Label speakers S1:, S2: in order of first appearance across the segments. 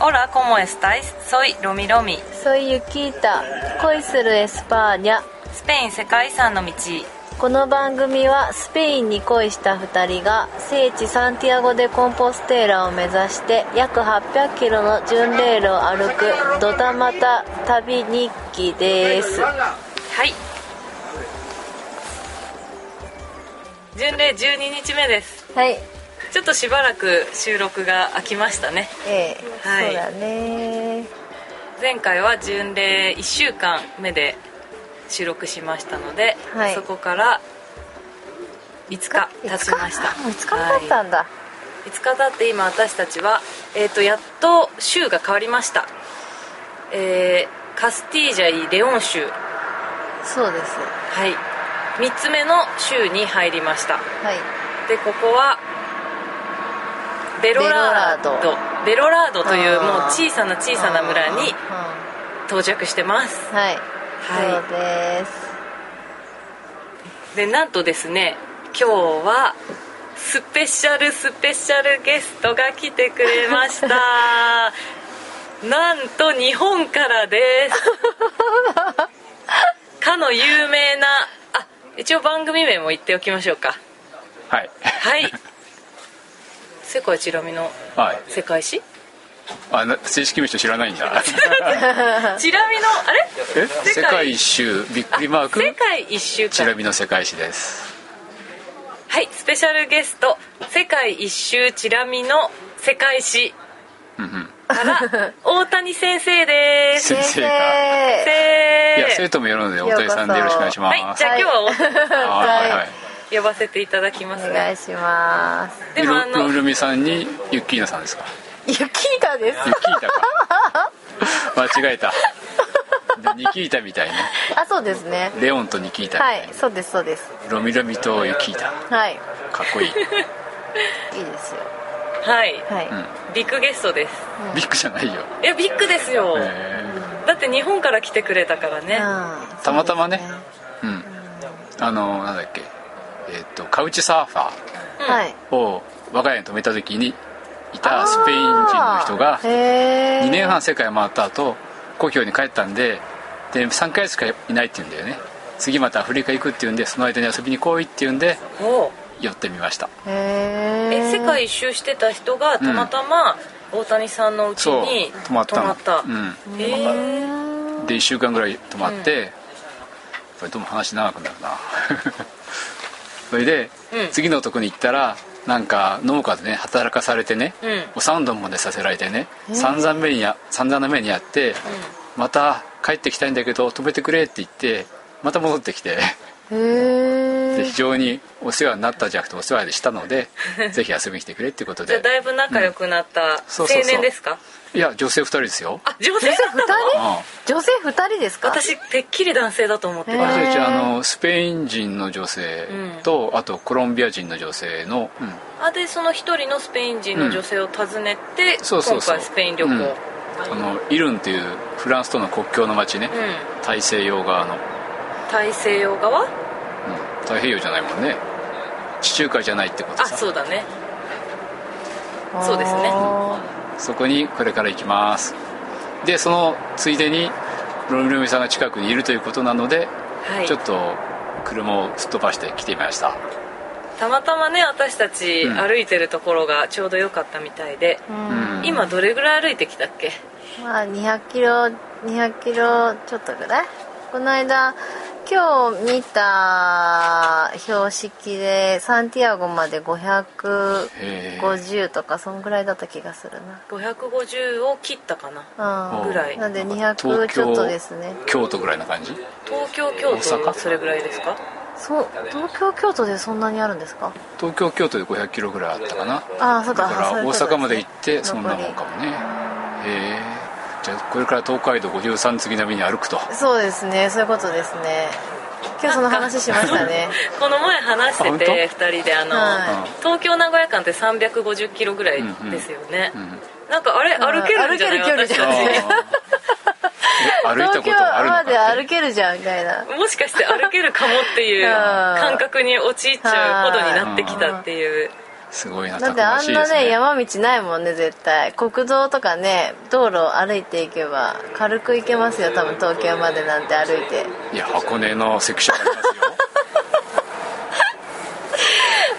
S1: Hola, ¿cómo estáis? Soy Romi Romi.
S2: Soy Yukita 恋するエスパーニャ
S1: スペイン世界遺産の道。
S2: この番組はスペインに恋した2人が聖地サンティアゴ・デ・コンポステーラを目指して約800キロの巡礼路を歩くドタマタ旅日記です
S1: はい。巡礼12日目です。
S2: はい
S1: ちょっとしばらく収録が空きましたね。
S2: ええ
S1: はい
S2: そうだね
S1: 前回は巡礼1週間目で収録しましたので、
S2: はい
S1: そこから5日経ちました
S2: 5日経った
S1: はい
S2: んだ、
S1: 5日経って今私たちは、えー、とやっと州が変わりました、えーカスティージャイ・レオン州
S2: そうです
S1: はい3つ目の州に入りました
S2: はい
S1: でここはベロラードベロラードという
S2: あー
S1: もう小さな小さな村に
S2: は
S1: 到着してます
S2: い、
S1: はい
S2: そうです
S1: でなんとですね今日はスペシャルスペシャルゲストが来てくれま したなんと日本からです かの有名なあ一応番組名も言っておきましょうか
S3: はい。
S1: はい世界一ラミの
S3: はい。
S1: 世界史
S3: あ、な正式名称知らない んだ。
S1: チラミのあれ
S3: え
S1: 世界
S3: 世界一周びっくりマー
S1: 世
S3: ク。
S1: 界一周
S3: チラ
S1: 間
S3: ビの世界史です。
S1: はいスペシャルゲスト世界一周チラミの世界史
S3: うんうん。
S1: から大谷先生です
S3: 先生が。
S2: 先
S1: せー
S3: いや生徒もよるので
S2: うこ
S3: 大
S2: そ
S3: 谷さんでよろしくお願いしま
S1: はい
S3: す。
S1: じゃあ今日は
S3: あはいはい。
S1: 呼ばせていただきま
S2: 生
S1: す
S2: お願
S1: ね
S2: いします
S1: でもあ
S3: ロロミ
S1: の
S3: ロミさんにユッキーナさんです か。
S2: ユキータです
S3: ユッキータか。間 違えた。でニキータみたいね。
S2: あそうですね
S3: レオンとニキータみ
S2: は
S3: た
S2: い
S3: い
S2: そうですそうです
S3: ロミロミとユッキータ。
S2: はい
S3: かっこいい。
S2: いいですよ
S1: はい
S2: はい、
S3: うん。
S1: ビッグゲストです
S3: ビッグじゃないよ。
S1: いやビッグですよ
S3: えー
S1: だって日本から来てくれたからね
S2: うん
S3: たまたまね
S2: そうで
S3: うん、あのなんだっけえっ、とカウチサーファ
S2: すねはい
S3: ーを我が家に泊めた時にいたスペイン人の人が2
S2: 2
S3: 年半世界回った後故郷に帰ったんでで3回しかいないって言うんだよね次またアフリカ行くって言うんでその間に遊びに来いって言うんで
S1: おう
S3: 寄ってみました
S2: え
S1: え世界一周してた人がたまたま大谷さんのうち
S3: そう
S1: に
S3: 泊まったの
S1: 泊まった
S3: う
S1: へえ
S3: ん、で1週間ぐらい泊まって、やっぱりどうも話長くなる なそれで、
S1: うん
S3: 次のとこに行ったらなんか農家でね働かされてね、
S1: うん
S3: お三度もねさせられてね散々目にや散々な目にあって、また帰ってきたいんだけど止めてくれって言ってまた戻ってきて
S2: へ
S3: で
S2: え
S3: 非常にお世話になったじゃなくてお世話したの でぜひ遊びに来てくれっていうこと
S1: じゃあ
S3: で
S1: だいぶ仲良くなった
S3: そ
S1: 青
S3: うそうそう
S1: 年ですか
S3: いや女性2人ですよ、
S1: あ女性なの
S3: うん、
S2: 2
S3: あ
S2: 人女性2人ですか
S1: 私てっきり男性だと思って
S2: へ
S3: じ
S1: た
S2: え
S3: ゃあじゃああのスペイン人の女性と、あとコロンビア人の女性の、うん
S1: あでその一人のスペイン人の女性を訪ねて、
S3: そうそうそう
S1: 今回スペイン旅行、
S3: う
S1: うん
S3: んあのイルンっていうフランスとの国境の町ね、大西洋側の、うん
S1: 大西洋側
S3: 太平洋じゃないもんね地中海じゃないってこと
S1: あ
S3: さ
S1: そうだね
S2: あー
S1: そうですね
S3: そこにこれから行きますでそのついでにロミロミさんが近くにいるということなので、
S1: はい
S3: ちょっと車をすっ飛ばして来てみました
S1: たまたまね私たち
S3: うん
S1: 歩いてるところがちょうど良かったみたいで、
S2: うん
S3: うん
S1: 今どれぐらい歩いてきたっけ
S2: まあ200キロ200キロちょっとぐらいこの間今日見た標識でサンティアゴまで
S3: へえ
S2: 550とかそんぐらいだった気がする
S1: 550を切ったかな
S2: なうん
S1: ぐらい
S2: なんで
S3: 東
S2: 200
S3: 京
S2: ちょっとですね
S3: 京都ぐらいな感じ
S1: 東京京
S3: 大
S1: 都
S3: 阪
S1: それぐらいですか
S2: そう東京京都でそんなにあるんですか
S3: 東京京都で5 0 0キロぐらいあったかな
S2: ああそうか
S3: だから
S2: そういう
S3: 大
S2: ことすね
S3: 阪まで行ってそんなもんかもねへえじゃあこれから東海道53次並みに歩くと
S2: そうですねそういうことですね今日その話しました ね
S1: この前話してて
S3: あ
S1: 2人であの、
S2: は
S1: 東京名古屋間って350キロぐらいですよね、
S3: ん
S1: なんかあれ
S2: ん
S1: 歩けるんじゃない
S2: 歩ける距
S1: 私
S2: 離じ
S1: た
S2: ゃない
S3: あー え歩いた
S2: 東
S3: こ
S2: 京
S3: とあるのか
S2: ま
S3: って
S2: で歩けるじゃんみたいな
S1: ちもしか して歩けるかもっていう
S2: あー
S1: 感覚に陥っちゃうほどになってきたっていう
S3: すごいな
S2: だ
S3: た
S2: っ
S3: く
S2: てあ
S3: まし
S2: ん
S3: いで
S2: な
S3: す
S2: ね
S3: ね
S2: 山道ないもんね絶対国道とかね道路歩いていけば軽く行けますよ多分東京までなんて歩いて
S3: いや箱根の関所ありますよ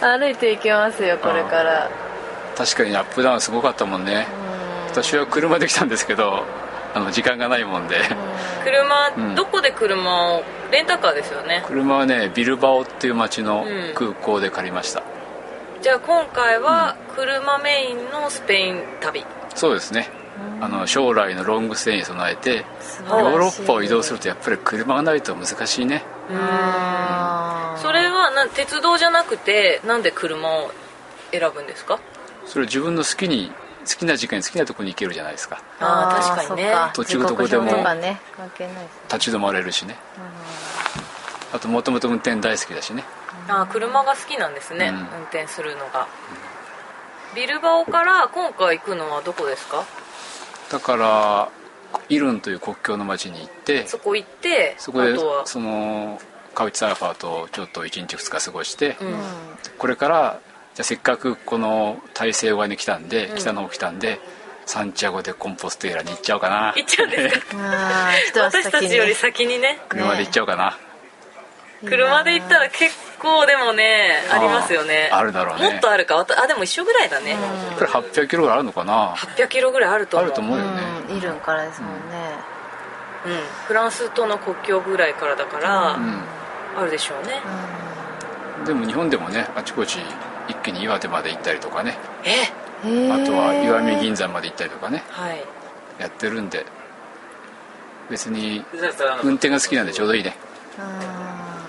S2: 歩いていけますよこれから
S3: 確かにアップダウンすごかったもんね私は車で来たんですけどあの時間がないもんで
S1: 車、
S3: ん
S1: どこで車をレンタカーですよね
S3: 車はねビルバオっていう町の
S1: うん
S3: 空港で借りました、
S1: じゃあ今回は車メインのスペイン旅
S3: そうですねあの将来のロングステイに備えてヨ
S2: 晴らしい
S3: ーロッパを移動するとやっぱり車がないと難しいね
S2: あー
S1: それはな鉄道じゃなくてなんで車を選ぶんですか
S3: それを自分の好きに好きな時間に好きなとこに行けるじゃないですか
S1: あ
S2: ー
S1: ー確かにね
S2: そっ
S3: 途中どこでも
S2: 時刻表とかね関係ないです
S3: 立ち止まれるしねあともともと運転大好きだしね
S1: あー車が好きなんですね、
S3: うん
S1: 運転するのがビルバオから今回行くのはどこですか
S3: だからイルンという国境の町に行って
S1: そこ行って
S3: そこで
S1: あとは
S3: そのカウチサーファーとちょっと1日2日過ごして、
S1: うん
S3: これからじゃあせっかくこの大西洋側に来たんで、北の方来たんでサンチアゴでコンポステーラに行っちゃおうかな
S1: 行っちゃうんです か
S2: あー一足
S1: 私た
S2: 先
S1: ち
S2: に
S1: より先にね
S3: 車で行っちゃおうかな、
S1: 車で行ったら結構でもねありますよね
S3: ああるだろうね
S1: もっとあるかわたあでも一緒ぐらいだね
S3: これ800キロぐらいあるのかな
S1: 800キロぐらいあると
S3: あ
S1: 思う
S3: ると思うよね、
S2: うんイルンからですもんね
S1: うん、フランスとの国境ぐらいからだから、あるでしょうね、
S3: うんでも日本でもねあちこち一気に岩手まで行ったりとかね
S1: え
S2: うん
S3: あとは
S2: へー
S3: 岩見銀山まで行ったりとかね
S1: はい
S3: やってるんで別に
S4: 藤崎さんあの
S3: 運転が好きなんでちょうどいいね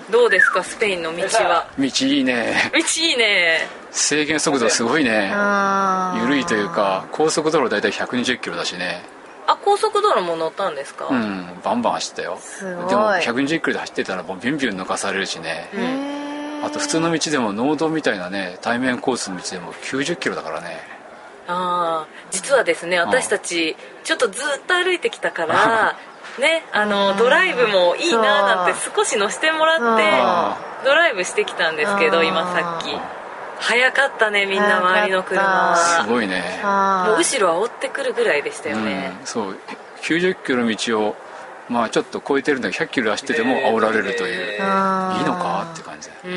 S2: うん
S1: どうですかスペインの道は
S3: 道いいね
S1: 道いいね
S3: 制限速度すごいね
S2: あー
S3: 緩いというか高速道路大体120キロだしね
S1: あ高速道路も乗ったんですか、
S3: うんバンバン走ったよ
S2: すごい
S3: でも120キロで走ってたらもうビュンビュン抜かされるしね
S1: うん
S2: へー
S3: あと普通の道でも農道みたいなね対面コースの道でも90キロだからね
S1: ああ実はですね
S3: ん
S1: 私たちちょっとずっと歩いてきた からねあのドライブもいいななんて
S2: そ
S1: 少し乗せてもらって
S3: あ
S1: ドライブしてきたんですけ
S2: う
S1: ど
S2: ん
S1: 今さっき早かったねみんな周りの車
S3: あ
S2: あ
S3: す
S1: は
S3: ごいね
S2: あー
S1: もう後ろ煽ってくるぐらいでしたよね、
S3: うん、そう90キロの道をまあちょっと超えてるんだけど100キロ走ってても煽られるという、
S2: あー
S3: いいのかって感じだよ
S1: う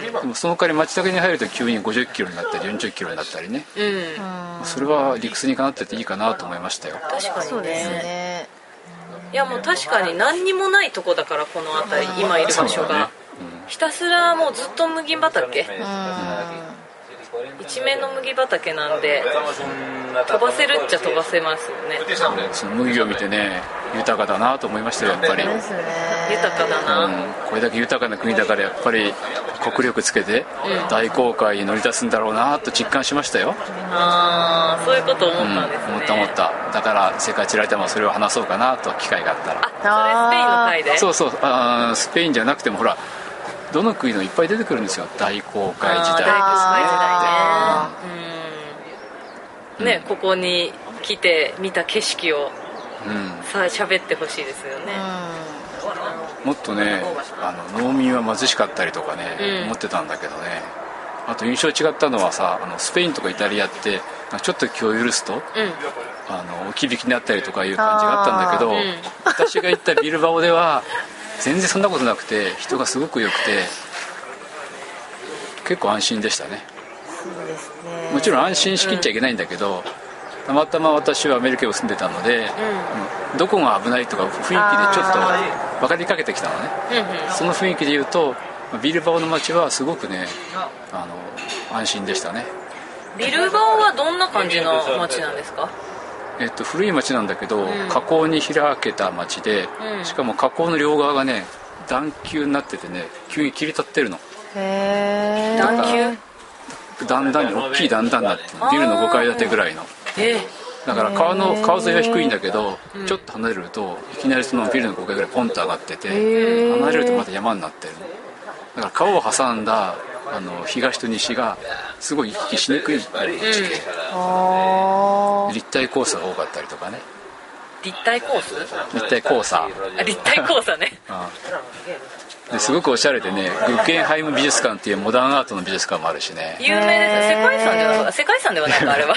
S1: ん
S3: でもその代わり街中に入ると急に50キロになったり40キロになったりね
S1: うん
S3: それは理屈にかなってていいかなと思いましたよ
S1: 確か
S2: そう
S1: に
S2: です
S1: ね
S2: ね
S1: いやもう確かに何にもないとこだからこの辺り今いる場所
S3: そうだ
S1: が
S3: ね
S1: ひたすらもうずっと麦畑一面の麦畑なんで飛ばせるっちゃ飛ばせますよね
S3: その麦を見てね豊かだなと思いましたよやっぱり、
S2: そう
S3: う
S2: ですね
S1: 豊かだな、
S3: ん、これだけ豊かな国だからやっぱり国力つけて大航海に乗り出すんだろうなと実感しましたよ、
S1: ああそういうこと思っ
S3: うん、
S1: たんですね、
S3: 思った思っただから世界一られてもそれを話そうかなと機会があったら
S1: あそれスペインの回で
S3: そうそうあースペインじゃなくてもほらどの国のいっぱい出てくるんですよ大航海時代
S1: あ
S2: あ
S1: ー大航海時代ねうんねここに来て見た景色を
S3: うん、
S1: さ喋ってほしいですよね、
S3: もっとねあの農民は貧しかったりとかね、
S1: うん
S3: 思ってたんだけどねあと印象違ったのはさあのスペインとかイタリアってちょっと気を許すと
S1: うん
S3: あの置き引きになったりとかいう感じがあったんだけど、
S1: あーうん
S3: 私が行ったビルバオでは全然そんなことなくて人がすごく良くて結構安心でしたね
S2: そうですね
S3: もちろん安心しきっちゃいけないんだけど、たまたま私はアメリカを住んでたので、うんどこが危ないとか雰囲気でちょっと分かりかけてきたのね
S1: うんうん
S3: その雰囲気で言うとビルバオの街はすごくねあの安心でしたね
S1: ビルバオはどんな感じの街なんですか
S3: えっと、古い町なんだけど、河口に開けた町で、
S1: うん
S3: しかも河口の両側がね段丘になっててね急に切り立ってるの
S2: へー
S1: 段丘
S3: 段々に大きい段々になってるのビルの5階建てぐらいの
S1: ええ
S3: だから川の
S2: へー
S3: 川沿いは低いんだけど、ちょっと離れるといきなりそのビルの5階ぐらいポンと上がってて、
S2: へー
S3: 離れるとまた山になってるだから川を挟んだあの東と西がすごい行き来しにくい地形、
S2: あ
S3: 立体交差が多かったりとかね
S1: 立体コース
S3: 立体交差
S1: あ立体交差ね
S3: あですごくおしゃれでねグッケンハイム美術館っていうモダンアートの美術館もあるしね
S1: 有名です
S2: へー
S1: 世界遺産じゃない世界遺産ではないかあれは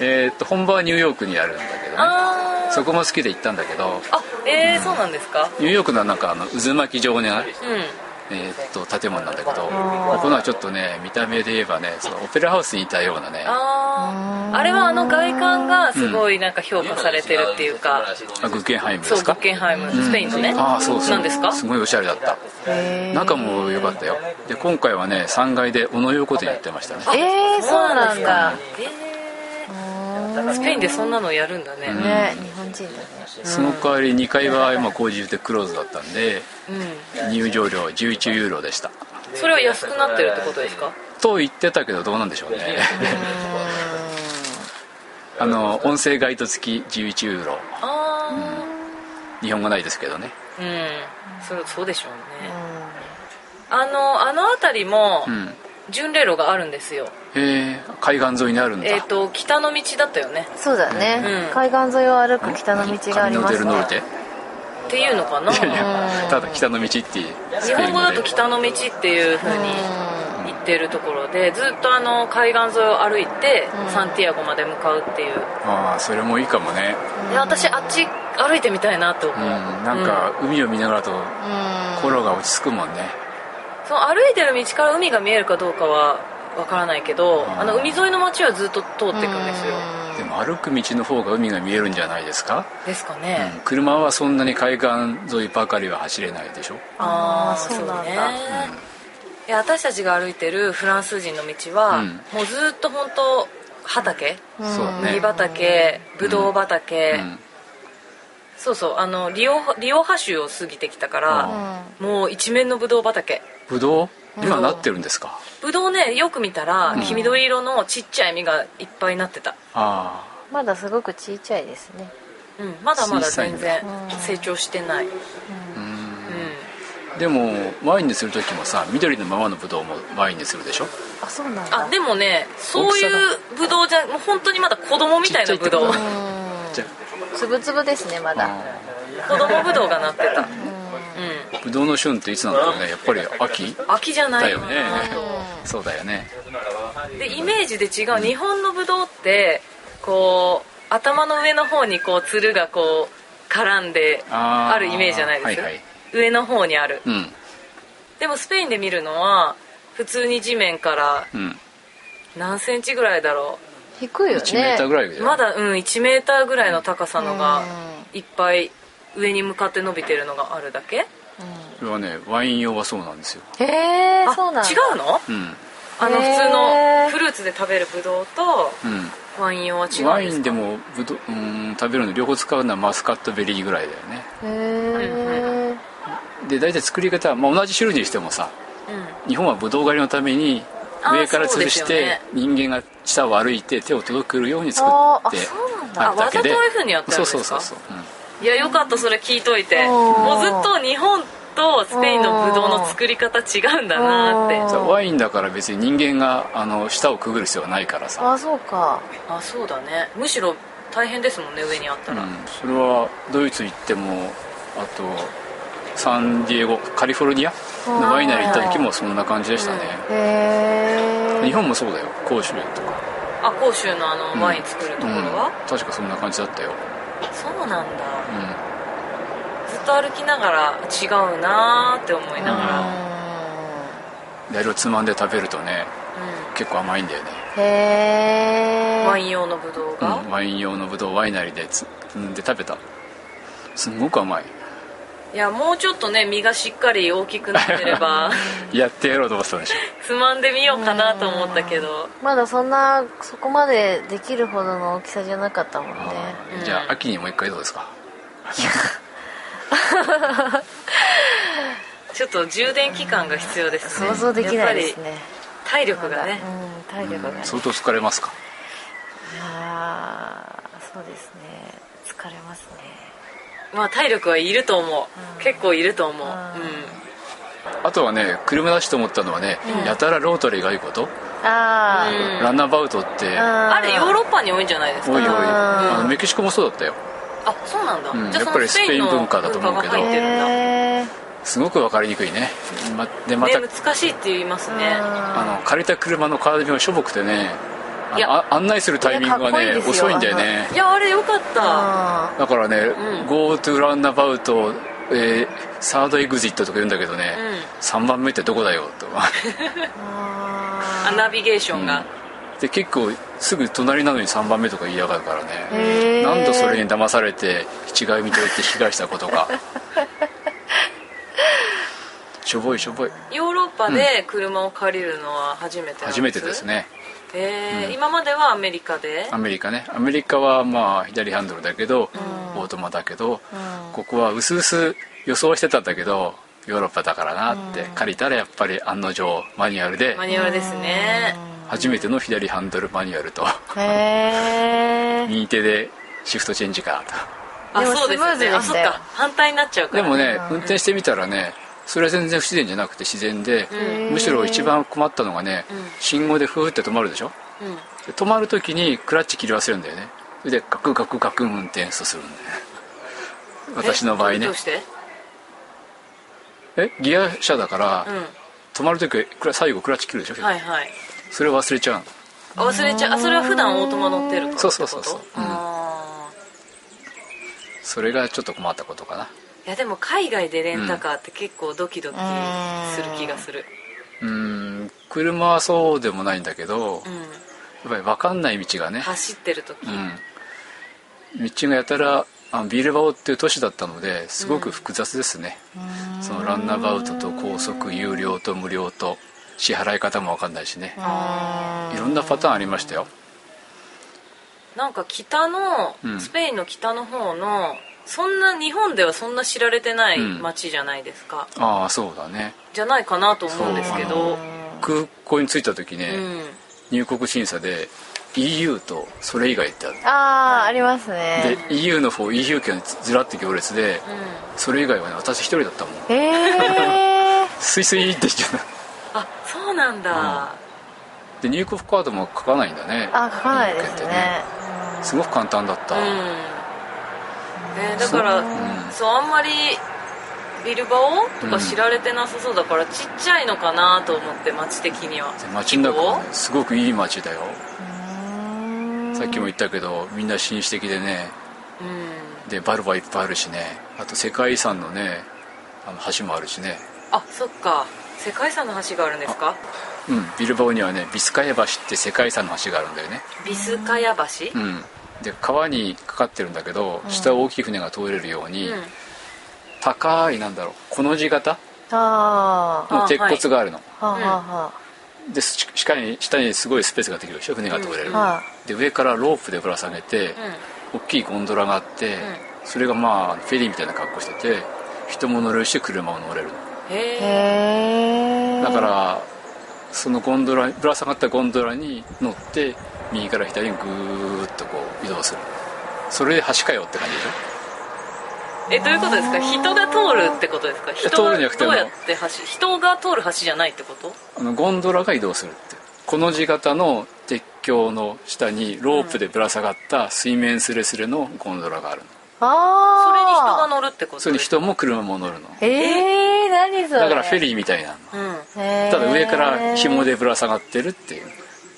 S3: えーっと本場はニューヨークにあるんだけどね
S1: あー
S3: そこも好きで行ったんだけど
S1: あえー、そうなんですか
S3: ニューヨークのなんかあの渦巻き状にある
S1: うん
S3: えーっと建物なんだけどここのはちょっとね見た目で言えばねそのオペラハウスにいたようなね
S1: あーあれはあの外観がすごいなんか評価されてるっていうか、
S3: あグッケンハイムで
S1: そう
S3: す
S1: グ
S3: か
S1: ッケンハイム、スペインのね
S3: ああそうそう
S1: なんですか
S3: ごいおしゃれだった
S2: へー
S3: 中も良かったよで今回はね3階で小野洋子店やってましたね
S2: えー、そうなんだ
S1: えースペインでそんなのやるんだね、
S2: ね日本人だね
S3: その代わり2階は今工事中でクローズだったんで
S1: うん、
S3: 入場料11ユーロでした
S1: それは安くなってるってことですか
S3: と言ってたけどどうなんでしょうね あの音声ガイド付き11ユーロ
S1: あ
S3: 日本語ないですけどね
S1: あうん、それそうでしょうね、あのあの辺りも
S3: うん
S1: 巡礼路があるんですよ、
S3: へえ海岸沿いにあるんだ、
S1: えっ、と北の道だったよね
S2: そうだね、
S1: うん
S2: 海岸沿いを歩く北の道がありま
S3: カミノデ
S2: す
S3: ル
S2: ね
S3: ノルテ
S1: っていうのかない
S3: やいやただ北の道って
S1: 日
S3: 日
S1: 本語だと北の道っていう風に言ってるところでずっとあの海岸沿いを歩いてサンティアゴまで向かうっていう
S3: ああそれもいいかもね
S1: で私あっち歩いてみたいなと思
S3: う
S1: う、
S3: んなんか海を見ながらだと心が落ち着くもんね
S1: その歩いてる道から海が見えるかどうかはわからないけどあの海沿いの街はずっと通っていくんですよ
S3: でも歩く道の方が海が見えるんじゃないですか、
S1: ですか
S3: う
S1: ね、
S3: ん車はそんなに海岸沿いばかりは走れないでしょ
S1: ああ
S2: あーそうなんだ
S1: ねいや私たちが歩いてるフランス人の道は、
S3: うん
S1: もうずっと本当畑
S3: そうだ
S1: 麦
S3: ね
S1: 畑ぶどう畑、
S3: うん
S1: そうそうあのリオリオ波州を過ぎてきたから、もう一面のブドウ畑
S3: ぶどう今なってるんですか
S1: ブドウねよく見たら、黄緑色のちっちゃい実がいっぱいなってた
S3: あ
S2: まだすごくちいちゃいですね
S1: うんまだまだ
S3: 小さいん
S1: 全
S3: だ
S1: 然成長してないうん、
S3: あでもワインにする時もさ緑のままのぶどうもワインにするでしょ
S2: あそうなんだ
S1: あでもねそういうブドウじゃもう本当にまだ子供みたいなブドウ
S3: ちっちゃいってこじゃ
S2: つぶつぶですねまだ
S3: あ
S1: 子供ブドウがなってたうん
S3: あぶどうの旬っていつなんだろうねやっぱり秋
S1: 秋じゃな
S3: だ
S1: い
S3: よ
S1: かな
S3: ねそうだよね
S1: でイメージで違う日本のブドウってこう頭の上の方にこうつるがこう絡んで
S3: あー
S1: あるイメージじゃないですか、
S3: はいはい
S1: 上の方にある
S3: うん
S1: でもスペインで見るのは普通に地面から
S3: うん
S1: 何センチぐらいだろ
S2: 低いよね
S3: 1メーターぐらいじゃ
S1: う
S3: な
S1: ま
S3: い
S1: だうん1メーターぐらいの高さのが
S2: う
S1: いっぱい上に向かって伸びてるのがあるだけ
S3: これはねワイン用はそうなんですよ
S2: へえ
S1: あ
S2: そうなんだ
S1: 違うの
S3: うん
S1: あの普通の
S2: へー
S1: フルーツで食べるブドウと
S3: うん
S1: ワイン用は違うんですか
S3: ワインでもぶどううん食べるの両方使うのはマスカットベリーぐらいだよね
S2: へえ
S3: で大体作り方は、まあ、同じ種類にしてもさ
S1: うん
S3: 日本はブドウ狩りのために
S1: あー
S3: 上から
S1: そう
S3: 潰
S1: で
S3: し
S1: す
S3: て、
S1: よね
S3: 人間が下を歩いて手を届くように作
S2: あーあ
S3: って
S2: そうなん
S1: だ
S3: あるだけで
S1: あわざとああいう風にやってるんですか
S3: そうそうそうそう、うん
S1: いやよかったそれ聞いといて
S2: おー
S1: もうずっと日本とスペインのブドウの作り方違うんだなー
S2: お
S1: って
S2: ー
S3: さワインだから別に人間があの舌をくぐる必要はないからさ、
S2: あそうか
S1: あそうだねむしろ大変ですもんね上にあっ
S3: う
S1: た
S3: ん
S1: ら、、
S3: それはドイツ行ってもあとサンディエゴカリフォルニアのワイナリー行った時もそんな感じでしたね、
S2: へえ
S3: 日本もそうだよ甲州とか、
S1: あ甲州のあのワイン作るとこ
S3: う
S1: ろ
S3: ん
S1: は、
S3: 確かそんな感じだったよ、
S1: そうなんだ
S3: う
S1: ずっと歩きながら違うなーって思いながら、
S3: ん、であれをつまんで食べるとね結構甘いんだよね、
S1: う
S2: へえ
S1: んワイン用のブドウ
S3: う
S1: が、
S3: ん、ワイン用のブドウワイナリーでつ摘んで食べたすんごく甘い
S1: いやもうちょっとね実がしっかり大きくなってれば
S3: やってやろうと思ってたでしょ
S1: つまんでみようかなと思ったけど
S2: まだそんなそこまでできるほどの大きさじゃなかったもんね
S1: うん
S3: じゃあ秋にもう一回どうですか
S1: ちょっと充電期間が必要ですね
S2: 想像できないですね
S1: やっぱり体力がね、
S2: うん体力がね、
S3: 相当疲れますか
S2: ああそうですね疲れますね
S1: まあ体力はいると思う、結構いると思う、うん
S3: あとはね車だしと思ったのはね、やたらロートリーがいいこと、
S2: あ
S1: う
S2: ー
S1: ん
S3: ランナーバウトって
S2: あ
S1: あれヨーロッパに多いんじゃないですか
S3: おいおい
S2: うん
S3: あのメキシコもそうだったよ
S1: あそうなんだ、
S3: うん
S1: じゃあ
S3: やっぱり
S1: その
S3: スペイン文化だと思うけど
S1: スペインの文化が入ってるんだ
S2: へえ
S3: すごく分かりにくいね、ま、でま
S1: ね
S3: た
S1: 難しいって言いますね
S3: あの借りた車のカードがしょぼくてねあ
S1: いや
S3: のあ案内するタイミングが
S2: いやか
S3: ね
S2: っこいいですよ
S3: 遅いんだよね
S1: いやあれよかった
S2: あ
S3: だからね、
S1: ん
S3: Go to Roundabout、えーサードエグジットとか言うんだけどね、
S1: うん
S3: 3番目ってどこだよと
S1: あナビゲーションが、
S3: で結構すぐ隣なのに3番目とか言いやがるから
S2: へー
S3: ね何度それに騙されて違い見といて引き返したこ とかしょぼいしょぼい
S1: ヨーロッパで車を借りるのは初めてなんです
S3: 初めてですね
S1: へえ今まではアメリカで
S3: アメリカねアメリカはまあ左ハンドルだけど、オートマだけど、ここはうすうす予想してたんだけどヨーロッパだからなって、借りたらやっぱり案の定マニュアルで
S1: マニュアルですね
S3: 初めての左ハンドルマニュアルと
S2: ーへえ
S3: 右手でシフトチェンジか
S1: あ
S2: でも
S1: そうですよね
S2: スムーズで
S1: あ
S2: し
S1: そ
S2: た
S1: っ
S2: よ
S1: か反対になっちゃう
S3: と
S1: か
S3: で
S1: ら
S3: もね運転してみたらねそれは全然不自然じゃなくて自然で、むしろ一番困ったのがね、信号でふーって止まるでしょ
S1: うん
S3: で止まる時にクラッチ切り忘れるんだよねそれでガクガクガクン運転するんだよね私の場合
S1: え
S3: ね
S1: どうして
S3: えギア車だから、
S1: うん
S3: 止まる時クラ最後クラッチ切るでしょ、結構
S1: はいはい
S3: それ忘れちゃうの
S1: あ忘れちゃうあそれは普段オートマ乗ってるからってこと
S3: そうそうそうそううん
S1: あ
S3: それがちょっと困ったことかな
S1: ーいやでも海外でレンタカーって結構ドキドキする気がする
S3: うーん車はそうでもないんだけど、
S1: うん、
S3: やっぱり分かんない道がね、
S1: 走ってる時、
S3: うん、道がやたらあビールバオっていう都市だったのですごく複雑ですね、そのランナーバウトと高速有料と無料と支払い方も分かんないしねいろんなパターンありましたよ
S1: なんか北の、
S3: うん
S1: スペインの北の方のそんな日本ではそんな知られてない街じゃないですか、
S3: ああそうだね
S1: じゃないかなと思うんですけど
S3: 空港に着いた時ね、
S1: うん
S3: 入国審査で EU とそれ以外ってある
S2: あーあります
S3: で
S2: ね
S3: EU の方 EU 圏ずらって行列で
S1: うん
S3: それ以外はね私一人だったもん
S2: へえ
S3: スイスイってしちゃっ
S1: あそうなんだ、
S3: たで入国カードも書かないんだね
S2: あ書かないです
S3: EU
S2: ね
S3: 圏ってすごく簡単だった、
S1: うんえーだからそう,、
S3: うん
S1: あんまりビルバオとか知られてなさそうだから、ちっちゃいのかなと思って街的には
S3: で街の中
S1: 規模
S3: はねすごくいい街だよ
S2: うん
S3: さっきも言ったけどみんな紳士的でね
S1: うん
S3: でバルバいっぱいあるしねあと世界遺産のねあの橋もあるしね
S1: あそっか世界遺産の橋があるんですか
S3: うんビルバオにはねビスカヤ橋って世界遺産の橋があるんだよね
S1: ビスカヤ橋
S3: う、んで川にかかってるんだけど下を大きい船が通れるように、
S1: うん
S3: 高いなんだろうこの字型
S2: あー
S1: あ
S3: の鉄骨があるの、
S2: はあは
S3: でし下に下にすごいスペースができるでしょ船が通れる、
S2: あはあは
S3: で上からロープでぶら下げて、大きいゴンドラがあって、それがまあフェリーみたいな格好してて人も乗れるし車も乗れる
S1: へ
S2: あ
S1: え
S2: へえ
S3: だからそのゴンドラぶら下がったゴンドラに乗って右から左にぐーっとこう移動するそれで橋かよって感じでしょ
S1: えどういうことですか人が通るってことですか人
S3: 通るん
S1: が
S3: じゃなくて
S1: どう
S3: も
S1: やって橋人が通る橋じゃないってこと
S3: あのゴンドラが移動するってこの字型の鉄橋の下にロープでぶら下がった水面すれすれのゴンドラがあるの
S2: あー
S1: それに人が乗るってこと
S3: それに人も車も乗るの
S2: えー、何それ
S3: だからフェ
S2: リ
S3: リーみたいなの
S1: うん
S2: ー
S3: ただ上から紐でぶら下がってるっていう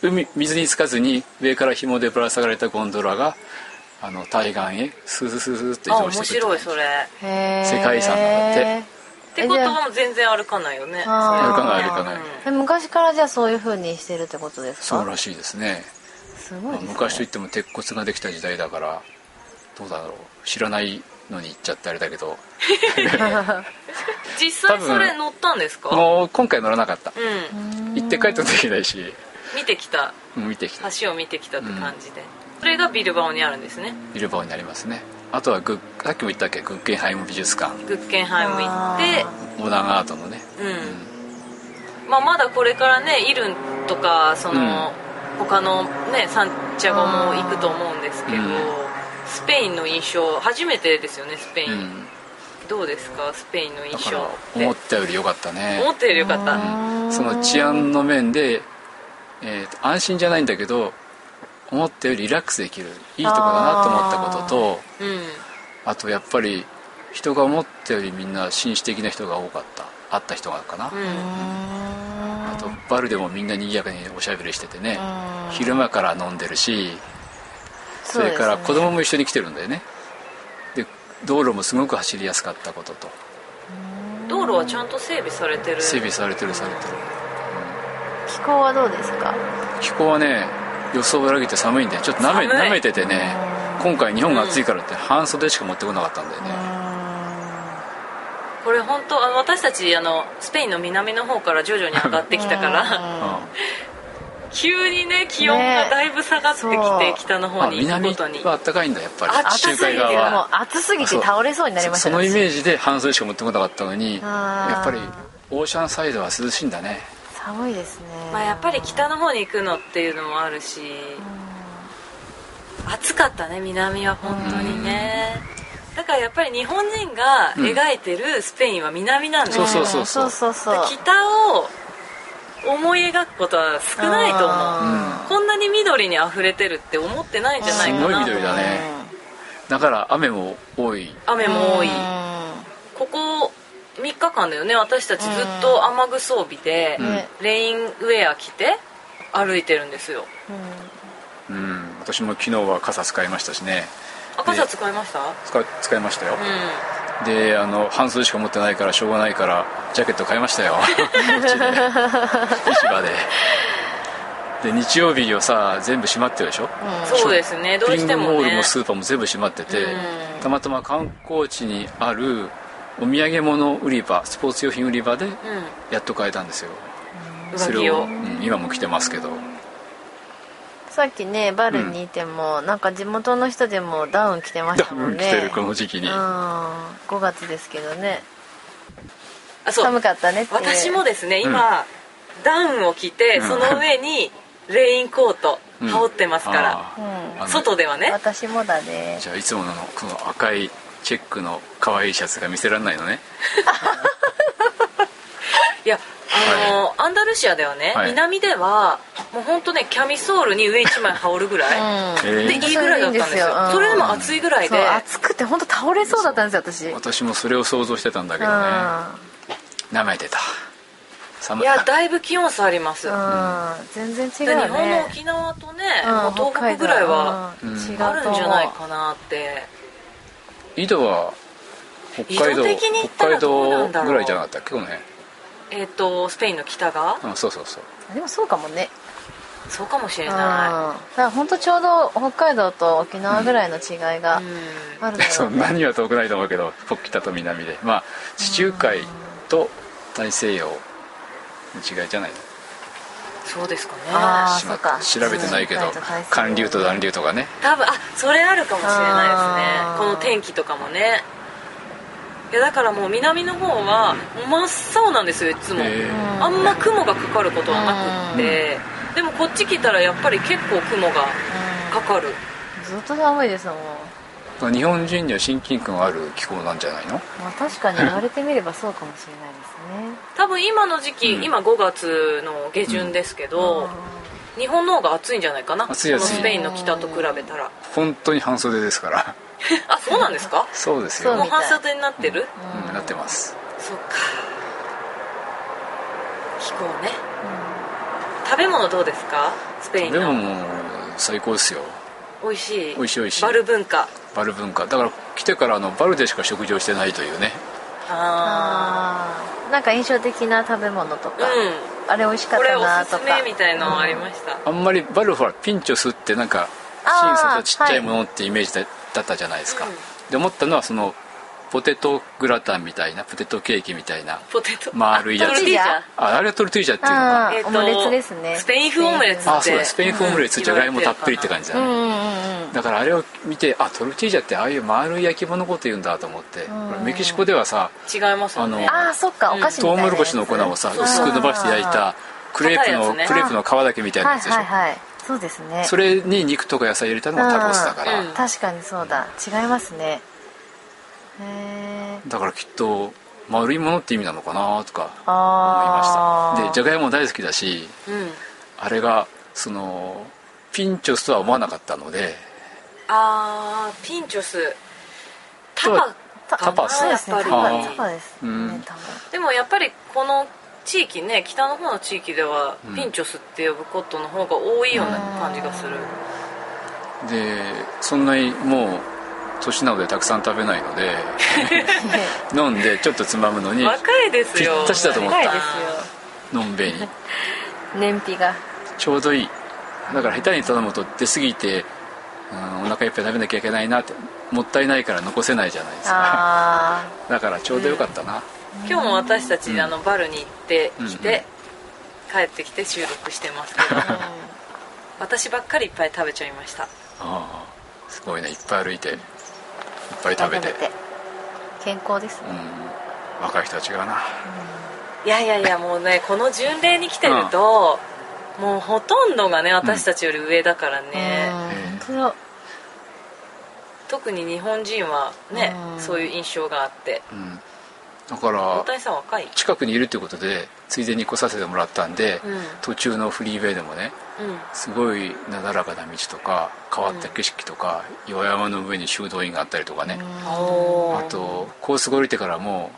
S3: 海水につかずに上から紐でぶら下がれたゴンドラがあの対岸へスースースースーって移
S1: あ
S3: 動
S1: 面
S3: してく
S1: 白いそれ
S2: 世
S3: 世界遺産なんだって
S1: ってことは全然歩かないよねそれ
S2: あー
S3: 歩かない歩かない
S2: え昔からじゃあそういう風にしてるってことですか
S3: そうらしいですね
S2: すごいですね
S3: 昔といっても鉄骨ができた時代だからどうだろう知らないのに行っちゃってあれだけど
S1: 実際それ乗ったんですか
S3: もう今回乗らなかった
S1: うん
S3: 行って帰った時ないし
S1: 見てきた
S3: うん見てきた
S1: 橋を見てきたって感じで、それがビルバオにあるんですね
S3: ビルバオになりますねあとはグッさっきも言ったっけグッケンハイム美術館
S1: グッケンハイム行っ
S3: モダンアートのね
S1: て、うんまあ、まだこれからねイルンとかその、他のねサンチャゴも行くと思うんですけど、
S3: うん
S1: スペインの印象初めてですよねスペイン、
S3: うん
S1: どうですかスペインの
S3: だ
S1: 印
S3: か
S1: 象
S3: ら
S1: で
S3: 思ったより良かったね
S1: 思ったよりよかった、
S3: その治安の面で、えーと安心じゃないんだけど思ったよりリラックスできるいいとこだなと思ったことと
S1: うん
S3: あとやっぱり人が思ったよりみんな紳士的な人が多かった会った人がかな、あとバルでもみんな賑やかにおしゃべりしててね、
S2: うん
S3: 昼間から飲んでるし
S2: そ
S3: そ
S2: うですね
S3: れから子供も一緒に来てるんだよねで道路もすごく走りやすかったことと
S1: 道路はちゃんと整備されてる
S3: 整備されてるされてる
S2: 気候はどうですか
S3: 気候はね予想を裏切って寒いんでちょっとなめ
S1: 寒い
S3: 舐めててね今回日本が暑いからって半袖しか持ってこなかったんだよね、
S1: これ本当あの私たちあのスペインの南の方から徐々に上がってきたから
S3: うん
S1: 急にね気温がだいぶ下がってきて、
S2: ねそう
S1: 北の
S3: あ
S1: 方に行く
S3: 南
S1: ご
S3: は
S1: とに
S3: 暖かいんだやっぱり
S1: あ
S3: 地中海
S2: い
S3: 側
S2: やもう
S3: は
S2: 暑すぎて倒れそうになりました
S3: そそのイ
S2: ジ
S3: メージで半袖しか持ってこなかったのに
S2: あー
S3: やっぱりオーシャンサイドは涼しいんだね
S2: 寒いですね
S1: まあ、やっぱり北の方に行くのっていうのもあるし暑かったね南は本当にねだからやっぱり日本人が描いてるスペインは南なんです
S3: そ
S1: よ
S3: うそうそう
S2: そうそうそう
S1: で北を思い描くことは少ないと思う
S2: あ
S1: こんなに緑に溢れてるって思ってないんじゃない
S3: す
S1: か
S3: ごい
S1: な
S3: 緑だねだから雨も多い
S1: 雨も多い
S2: うん
S1: ここ3日間だよね私たちずっと雨具装備で
S2: ね
S1: レインウェア着て歩いてるんですよ
S3: うん私も昨日は傘使いましたしね
S1: 赤さ使いましたう
S3: 使い使いましたよ
S1: ん
S3: であの半袖しか持ってないからしょうがないからジャケット買いましたよ うちで市場でで日曜日をさ全部閉まってるでしょ、
S1: そうですねどう
S3: ショッ
S1: して
S3: ピング
S1: も
S3: モール
S1: ね
S3: もスーパーも全部閉まってて、
S1: うん
S3: たまたま観光地にあるお土産物売り場スポーツ用品売り場で
S1: う
S3: やっと買えたんですよ、
S1: ん
S3: そ
S1: 上
S3: れ
S1: 着
S3: を、
S1: を
S3: うん今も着てますけど
S2: さっきねバルにいても、なんか地元の人でもダウン着てまし
S3: ダ
S2: たも
S3: ウン
S2: ん
S3: 着
S2: ね
S3: てるこの時期に、
S2: うん5月ですけどね
S1: あそう
S2: 寒かったねっていう
S1: 私もですね今ダウンを着て
S3: うん
S1: その上にレインコート
S3: うん
S1: 羽織ってますか
S3: あ
S2: うん
S3: ーあ
S1: ら
S3: の
S1: 外ではね
S2: 私もだね
S3: じゃあいつものこの赤いチェックの可愛いシャツが見せられないのね
S1: いやあのーアンダルシアではね
S3: はい
S1: 南ではもう本当ねキャミソールに上一枚羽織るぐ
S2: う
S1: らい
S2: ん
S3: えー
S1: でいいぐらいだったんですよ
S2: うん
S1: それでも暑いぐらい
S2: そ
S1: で
S2: う暑くて本当倒れそうだったんですよ私うん
S3: 私もそれを想像してたんだけどね
S2: う
S3: なめてた寒
S1: い
S3: い
S1: やだいぶ気温差あります
S2: ん全然違
S1: で
S2: うね
S1: 日本の沖縄とね
S2: うん
S1: もう東北ぐらいは
S2: 北海道
S3: うん
S2: 違うと
S1: あ
S2: 思う
S1: るんじゃないかなって
S3: 井戸は北海道
S1: 井戸的に言った
S3: 北海
S1: らどうな
S3: 道
S1: んだろう
S3: ぐらいじゃなかったっけこの辺
S1: えっとスペインの北が
S3: うんそうそうそう
S2: でもそうかもね
S1: そうかもしれ
S2: うん
S1: な
S2: だから本当ちょうど北海道と沖縄ぐらいの違い
S1: い
S2: が
S1: うん
S2: あるだ
S3: そ
S2: ろうんね
S3: なには遠くないと思うけど北と南でまあ地中海と大西洋の違いじゃない
S1: そうですかね
S2: あー
S3: しまっ
S2: そうか
S3: 調べてないけど
S2: 地中海と大西洋
S3: 寒流と暖流とかね
S1: 多分あそれあるかもしれないです
S2: あ
S1: ね
S2: ー
S1: この天気とかもねいやだからもう南の方はもう真っ青なんですよいつも、
S3: へー
S1: あんま雲がかかることはなくって、でもこっち来たらやっぱり結構雲がかかる
S2: うんずっと寒いですもん
S3: 日本人には親近感ある気候なんじゃないの
S2: まあ確かに言われてみればそうかもしれないですね
S1: 多分今の時期、
S3: うん
S1: 今5月の下旬ですけど、日本の方が暑いんじゃないかな
S3: 暑い暑い
S1: このスペインの北と比べたら
S3: 本当に半袖ですから
S1: あそうなんですか
S3: そうです
S2: そう
S3: よ
S1: もう半袖になってる、
S3: うんなってます
S1: そっか気候ね食べ物どうですかスペイン
S3: でも
S1: の
S3: もう最高ですよ
S1: 美味しい
S3: 美味しい美味しい
S1: バル文化
S3: バル文化だから来てからあのバルでしか食事をしてないというね
S1: あ
S2: あーなんか印象的な食べ物とか
S1: あうん
S2: あれ美味しかっ
S1: これ
S2: た
S1: お
S2: な
S1: す
S2: と
S1: す
S2: か
S1: めみたいのありました
S3: あんまりバルほらピンチョスってなんか
S2: あー
S3: 小さなちっちゃいものってイメージだだったじゃないですか、
S1: うん
S3: で思ったのはそのポテトグラタンみたいなポテトケーキみたいな
S1: ポテト
S3: 丸いやつ
S1: トルティージャ
S3: ああれはトルティージャっていうのか
S2: あ
S1: えっと
S2: オムレツですね
S1: スペイン風オムレツ
S3: あそうだスペイン風オムレツ
S1: うん
S3: じゃがいもたっぷりって感じだ
S2: うんうん
S3: ね、
S2: うん
S3: だからあれを見てあトルティージャってああいう丸い焼き物のこと言うんだと思って、
S2: ん
S3: メキシコではさ
S1: 違いますよね
S3: あ
S2: ああそっかお菓子みた
S3: ト
S2: い
S3: ウ
S2: なや
S3: モ
S2: つ
S3: ロコシの粉をさ
S1: そうそう
S3: 薄く伸ばして焼いたクレープ
S1: 硬
S3: の、
S1: いやつね
S3: クレープの皮だけみたいな
S2: は
S3: や
S2: い
S3: つでしょ、
S2: はいはいそうですね
S3: それに肉とか野菜入れたのがタコスだから、
S1: うん
S2: 確かにそうだ違いますねへえ
S3: だからきっと丸いものって意味なのかなとか
S2: ああ
S3: 思いましたでじゃがいも大好きだし
S1: うん
S3: あれがそのピンチョスとは思わなかったので
S1: あーピンチョスタ
S3: とは
S1: バ
S3: タパス
S2: そうですね
S1: やっ
S2: タ
S1: ぱり
S2: パタパです
S3: うん
S2: ね多分
S1: でもやっぱりこの地域ね北の方の地域ではピンチョスって呼ぶことの方が多いような感じがする、
S3: でそんなにもう年なのでたくさん食べないので飲んでちょっとつまむのに
S1: 若いですよ
S3: ぴったしだと思った
S1: 若いで
S3: のんべいに
S2: 燃費が
S3: ちょうどいいだから下手に頼むと出過ぎて、うん、お腹いっぱい食べなきゃいけないなってもったいないから残せないじゃないですか
S2: あ
S3: だからちょうどよかったな、
S1: すよ今日も私たち、あのバルに行ってき
S3: うんうん
S1: て、帰ってきて収録してますけ ど
S2: あ
S1: 私ばっかりいっぱい食べちゃいました
S3: ああすごいねいっぱい歩いていっぱい食べて
S2: 健康ですね
S3: うん、若い人たちがな、
S1: いやいやいやもうねこの巡礼に来てると、もうほとんどがね私たちより上だからね、
S2: うん本当だ
S1: 特に日本人はね、
S2: うん
S1: そういう印象があって
S3: うん、だか
S1: 大
S3: ら
S1: 谷さん若い
S3: 近くにいるということでついでに来させてもらったんで、
S1: うん
S3: 途中のフリーウェイでもね
S1: うん
S3: すごいなだらかな道とか変わった景色とか、岩山の上に修道院があったりとかね、
S1: お
S3: あとコースが降りてからも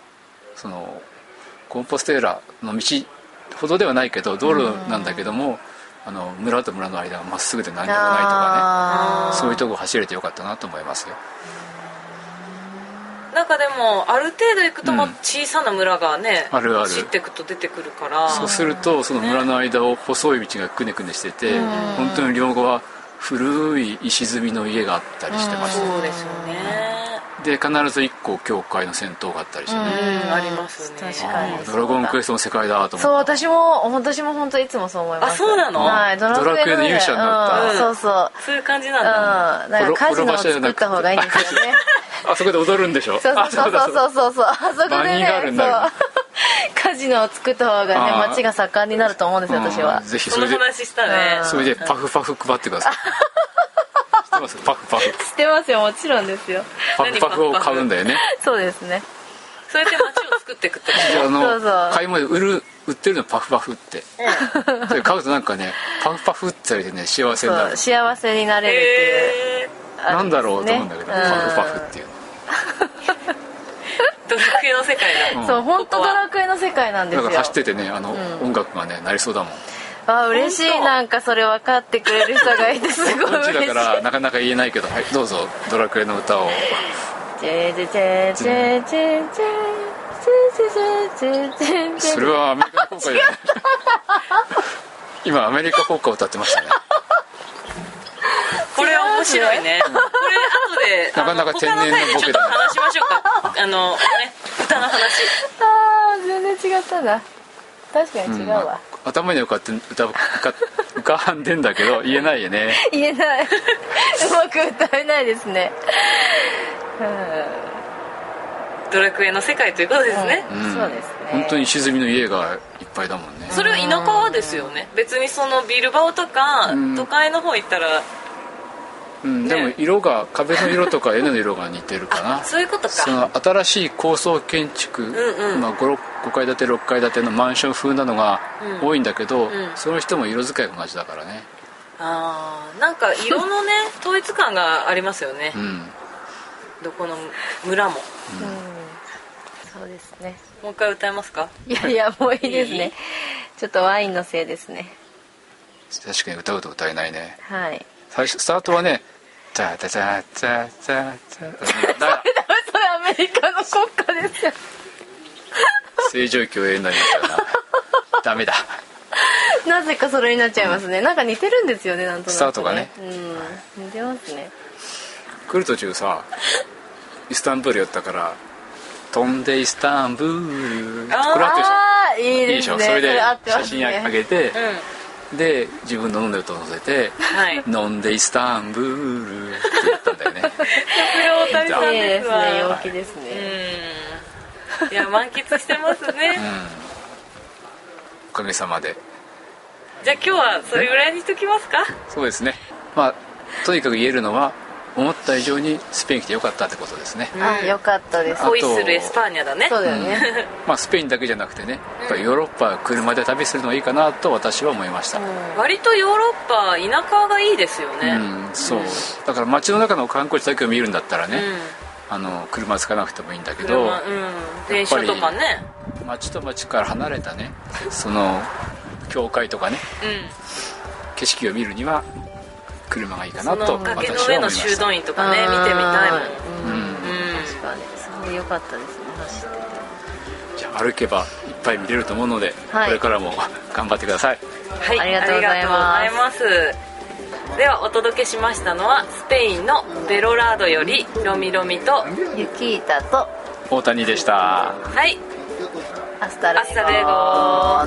S3: そのコンポステーラの道ほどではないけど道路なんだけども、あの村と村の間がまっすぐで何にもないとか
S2: あー
S3: ねそういうとこ走れてよかったなと思いますよ
S1: なんかでもある程度行くと
S3: うん
S1: もう小さな村がね、
S3: あるある
S1: 走っていくと出てくるから
S3: そうするとその村の間を細い道がくねくねしてて、
S2: うん
S3: 本当に両後は古い石積みの家があったりしてました、
S1: そうですよね
S3: で必ず1個教会の戦闘があったりして
S1: う
S3: ね、
S1: んありますね
S2: 確
S3: あ
S2: かに
S3: ードラゴンクエストの世界だと
S2: そう
S3: 思って
S2: 私も私も本当いつもそう思います
S1: あそうなの
S2: はいドラ
S3: ドラクエの
S2: ね
S3: 勇者になった
S2: うんそうそう
S1: そういう感じなん
S2: うん
S1: だ、
S2: だからカジノを作った方がいいんですよね
S3: あそこで踊るんでしょ
S2: そう
S3: あ
S2: そう
S3: だだ
S2: そうそうそうそうあそこで
S3: バニーガー
S2: ね
S3: ルに
S2: そ
S3: な
S2: う
S3: る
S2: カジノを作った方がね
S3: あー
S2: 街が盛んになると思うんですよ私は
S3: うんぜひ
S1: そ
S3: そ
S1: の
S3: れで
S1: 話したね
S3: それでパフパフ配ってください知ってますパフパフ
S2: 知ってますよもちろんですよ
S3: パフパフを買うんだよね
S2: そうですね
S1: そうやって街を作っていくってこ
S2: そ
S3: あ
S2: うそう
S3: の買い物で売る売ってるのパフパフってそれ買うとなんかねパフパフってされてね幸せにな
S2: そ
S3: る
S2: う幸せにな
S1: と
S2: れるっていう
S1: へえ
S2: あ
S3: な
S2: るです
S3: ん
S2: ね
S3: だろうと思うんだけど
S2: うん
S3: パフパフっていう
S1: ドラクエの世界だ、
S3: う
S2: そう本
S1: こ
S2: 当
S1: こは
S2: ドラクエの世界なんで
S3: の
S2: す
S3: だ
S2: よ
S3: から走っててねあの音楽がねなりそうだもん
S2: あ嬉しい
S1: 本当
S2: なんかそれ分かってくれる人がいてすごい
S3: こっ
S2: 嬉
S3: ちだ
S2: しい
S3: からなかなか言えないけどはいどうぞドラクエの歌 を
S2: ジェジェジェジェジェジェジェジェジェジェジェ
S3: それはアメリカ効果じゃない今アメリカ効果を歌ってましたね
S1: これ面白いねこれ後で
S3: なかなか
S1: あの他の
S3: 天然のボケだね
S1: 回でちょっと話しましょうかあのね歌の話
S2: あー全然違ったな確かに違う
S3: うん
S2: わ、
S3: 頭に浮かって歌うか浮かんでんだけど言えないよね
S2: 言えないうまく歌えないですねうん
S1: ドラクエの世界ということですね、
S3: ん
S2: そうですね
S3: 本当に沈みの家がいっぱいだもんね
S1: それは田舎はですよね別にそのビルバオとか
S3: うん
S1: 都会の方行ったら
S3: うん、
S1: ね
S3: でも色が壁の色とか絵の色が似てるかな
S1: そういうこと
S3: そ
S1: か
S3: の新しい高層建築、
S1: んうん
S3: まあ、5, 5階建て6階建てのマンション風なのが
S1: うん
S3: 多いんだけど、
S1: ん
S3: その人も色使いが同じだからね、
S1: あーなんか色の ね統一感がありますよね
S3: うん、
S1: どこの村も
S2: そうですね
S1: もう一回歌えますか
S2: いやいやもういいです
S1: いい
S2: ねちょっとワインのせいですね
S3: 確かに歌うと歌えないね
S2: はい
S3: 最初スタートはね「チャチャチャチャチャチャ」だ
S2: ダメそれアメリカの国歌ですよ
S3: 正常期を永遠になりましたよな ダメだ
S2: なぜかそれになっちゃいますね、なんか似てるんですよねなんとなく、ね、
S3: スタートがね
S2: うん似てますね
S3: 来る途中さイスタンブールやったから「飛んでイスタンブール」
S1: あー
S3: これ合ってるでしょ
S2: ああいい
S3: いいで
S2: で
S3: し
S2: す
S3: ょ
S2: ね
S3: それで
S2: 合ってま
S3: 写
S2: す
S3: 真
S2: ね
S3: あげて
S1: う、ん
S3: で自分の飲んでると載せて
S1: はい
S3: 「飲んでイスタンブール」って言ったんだよね
S1: それは大谷さん
S2: いい
S1: で
S2: ですす
S1: わ
S2: ね陽気ですね、
S1: うんいや満喫してますね
S3: うんおかげさまで
S1: じゃあ今日はそれぐらいにしときますか
S3: そうですねまあとにかく言えるのは思った以上にスペイン来てよかったってことですね、
S2: あよかったです
S3: あ
S1: 恋するエスパーニャだね
S2: そうだよね、
S3: まあ、スペインだけじゃなくてねやっぱりヨーロッパは車で旅するのがいいかなと私は思いました、
S1: 割とヨーロッパ田舎がいいですよね
S3: うん、そうだから街の中の観光地だけを見るんだったらね、
S1: う
S3: あの車使わなくてもいいんだけど、
S1: 車うん電車とかね
S3: 町と町から離れたねその教会とかね
S1: うん
S3: 景色を見るには車がいいか
S1: そ
S3: なと
S1: の
S3: 私は
S1: 崖の
S3: 思
S1: 上
S3: い
S1: の
S3: まし
S1: 修
S3: た
S1: 道院とかね見てみたいもん
S2: うん、
S3: うん
S2: 確かにすごい良かったですね走って
S3: じゃあ歩けばいっぱい見れると思うので、
S2: はい
S3: これからも頑張ってください
S1: はい、
S2: ありがとうございます
S1: ありがとうございますではお届けしましたのはスペインのベロラードよりロミロミとは
S2: ユキータと
S3: 大谷でした
S1: い
S2: アスタル
S1: アスタルエゴ